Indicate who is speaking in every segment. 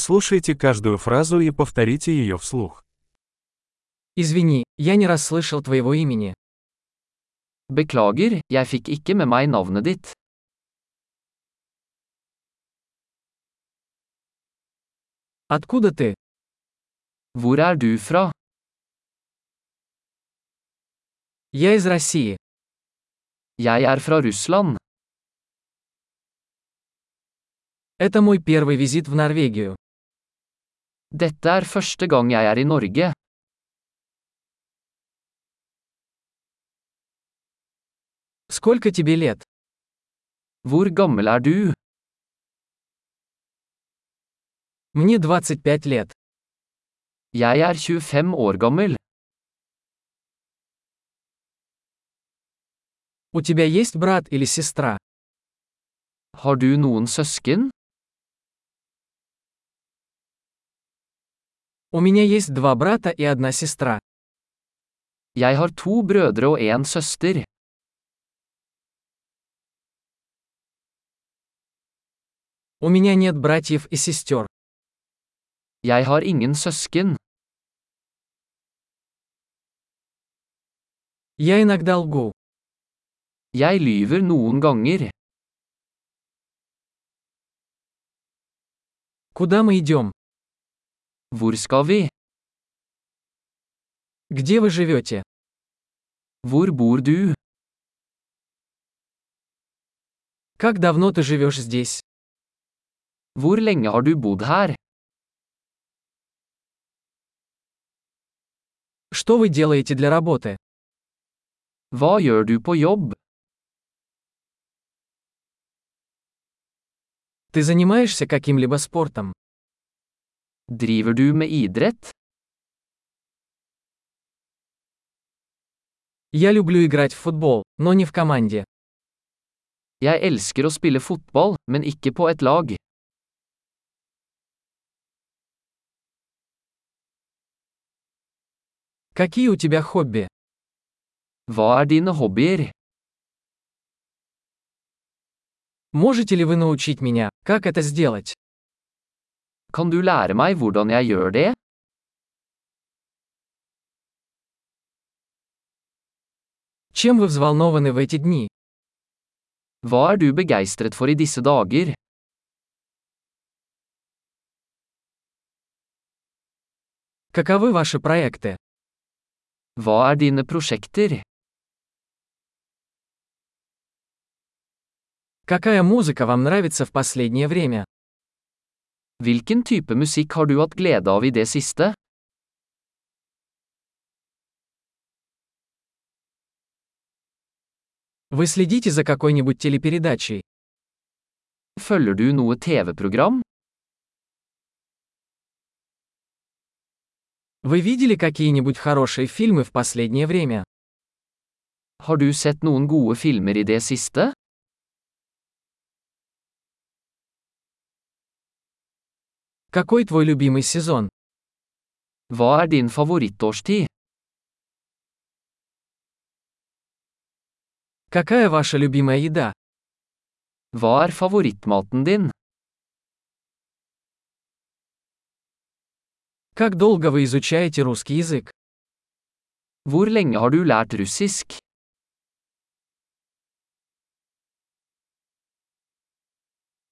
Speaker 1: Прослушайте каждую фразу и повторите ее вслух.
Speaker 2: Извини, я не расслышал твоего имени.
Speaker 3: Beklager, jeg fikk ikke med meg navnet ditt.
Speaker 2: Откуда ты?
Speaker 3: Hvor er du fra?
Speaker 2: Я из России.
Speaker 3: Jeg er fra Russland.
Speaker 2: Это мой первый визит в Норвегию.
Speaker 3: Dette er første gang jeg er i Norge.
Speaker 2: Сколько тебе лет?
Speaker 3: Hvor gammel er du?
Speaker 2: Мне 25 лет.
Speaker 3: Jeg er 25 år gammel.
Speaker 2: У тебя есть брат или сестра?
Speaker 3: Har du noen søsken?
Speaker 2: У меня есть два брата и одна сестра.
Speaker 3: Jeg har to brødre og en søster.
Speaker 2: У меня нет братьев и сестер.
Speaker 3: Jeg har ingen søsken.
Speaker 2: Я иногда лгу.
Speaker 3: Jeg lyver noen ganger.
Speaker 2: Куда мы идем?
Speaker 3: Hvor skal vi?
Speaker 2: Где вы живете?
Speaker 3: Hvor bor du?
Speaker 2: Как давно ты живешь здесь?
Speaker 3: Hvor lenge har du bodd her?
Speaker 2: Что вы делаете для работы?
Speaker 3: Hva gjør du på jobb?
Speaker 2: Ты занимаешься каким-либо спортом?
Speaker 3: Driver du med idrett?
Speaker 2: Я люблю играть в футбол, но не в команде.
Speaker 3: Jeg elsker å spille fotball, men ikke på et lag.
Speaker 2: Какие у тебя хобби?
Speaker 3: Hva er dine hobbyer?
Speaker 2: Можете ли вы научить меня, как это сделать?
Speaker 3: Kan du lære meg hvordan jeg gjør det?
Speaker 2: Чем вы взволнованы в эти дни?
Speaker 3: Hva er du begeistret for i disse dager?
Speaker 2: Каковы ваши проекты?
Speaker 3: Hva er dine prosjekter?
Speaker 2: Какая музыка вам нравится в последнее время?
Speaker 3: Hvilken type musikk har du hatt glede av i det siste?
Speaker 2: Вы следите за какой-нибудь телепередачей?
Speaker 3: Følger du noe TV-program?
Speaker 2: Вы видели какие-нибудь хорошие фильмы в последнее время?
Speaker 3: Har du sett noen gode filmer i det siste?
Speaker 2: Какой твой любимый сезон?
Speaker 3: Hva er din favorittårstid?
Speaker 2: Какая ваша любимая еда?
Speaker 3: Hva er favorittmaten din?
Speaker 2: Как долго вы изучаете русский язык?
Speaker 3: Hvor lenge har du lært russisk?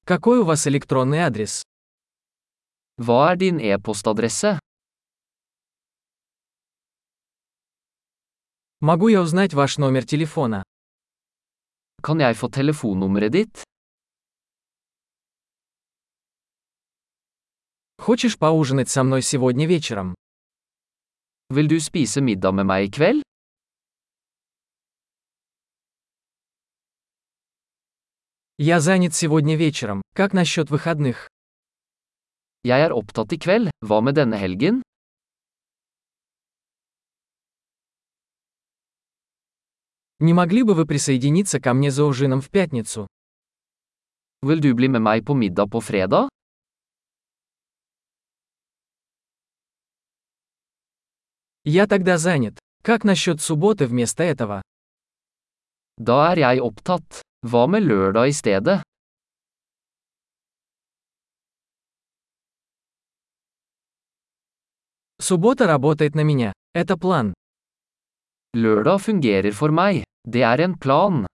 Speaker 2: Какой у вас электронный адрес?
Speaker 3: Hva er din e-postadresse?
Speaker 2: Могу я узнать ваш номер телефона?
Speaker 3: Kan jeg få telefonnummeret ditt?
Speaker 2: Хочешь поужинать со мной сегодня вечером?
Speaker 3: Vil du spise middag med meg i kveld?
Speaker 2: Я занят сегодня вечером. Как насчет выходных?
Speaker 3: Jeg er opptatt i kveld, hva med denne helgen?
Speaker 2: Не могли бы вы присоединиться ко мне за ужином в пятницу?
Speaker 3: Vil du bli med meg på middag på fredag?
Speaker 2: Я тогда занят. Как насчет субботы вместо этого?
Speaker 3: Da er jeg opptatt. Hva med lørdag i stedet?
Speaker 2: Суббота работает на меня. Это план.
Speaker 3: Lørdag fungerer for meg. Det er en plan.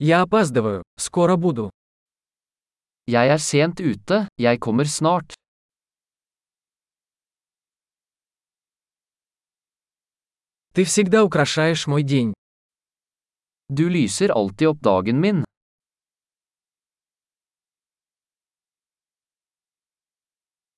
Speaker 2: Я опаздываю. Скоро буду.
Speaker 3: Jeg er sent ute, jeg kommer snart.
Speaker 2: Ты всегда украшаешь мой день.
Speaker 3: Du lyser alltid opp dagen min.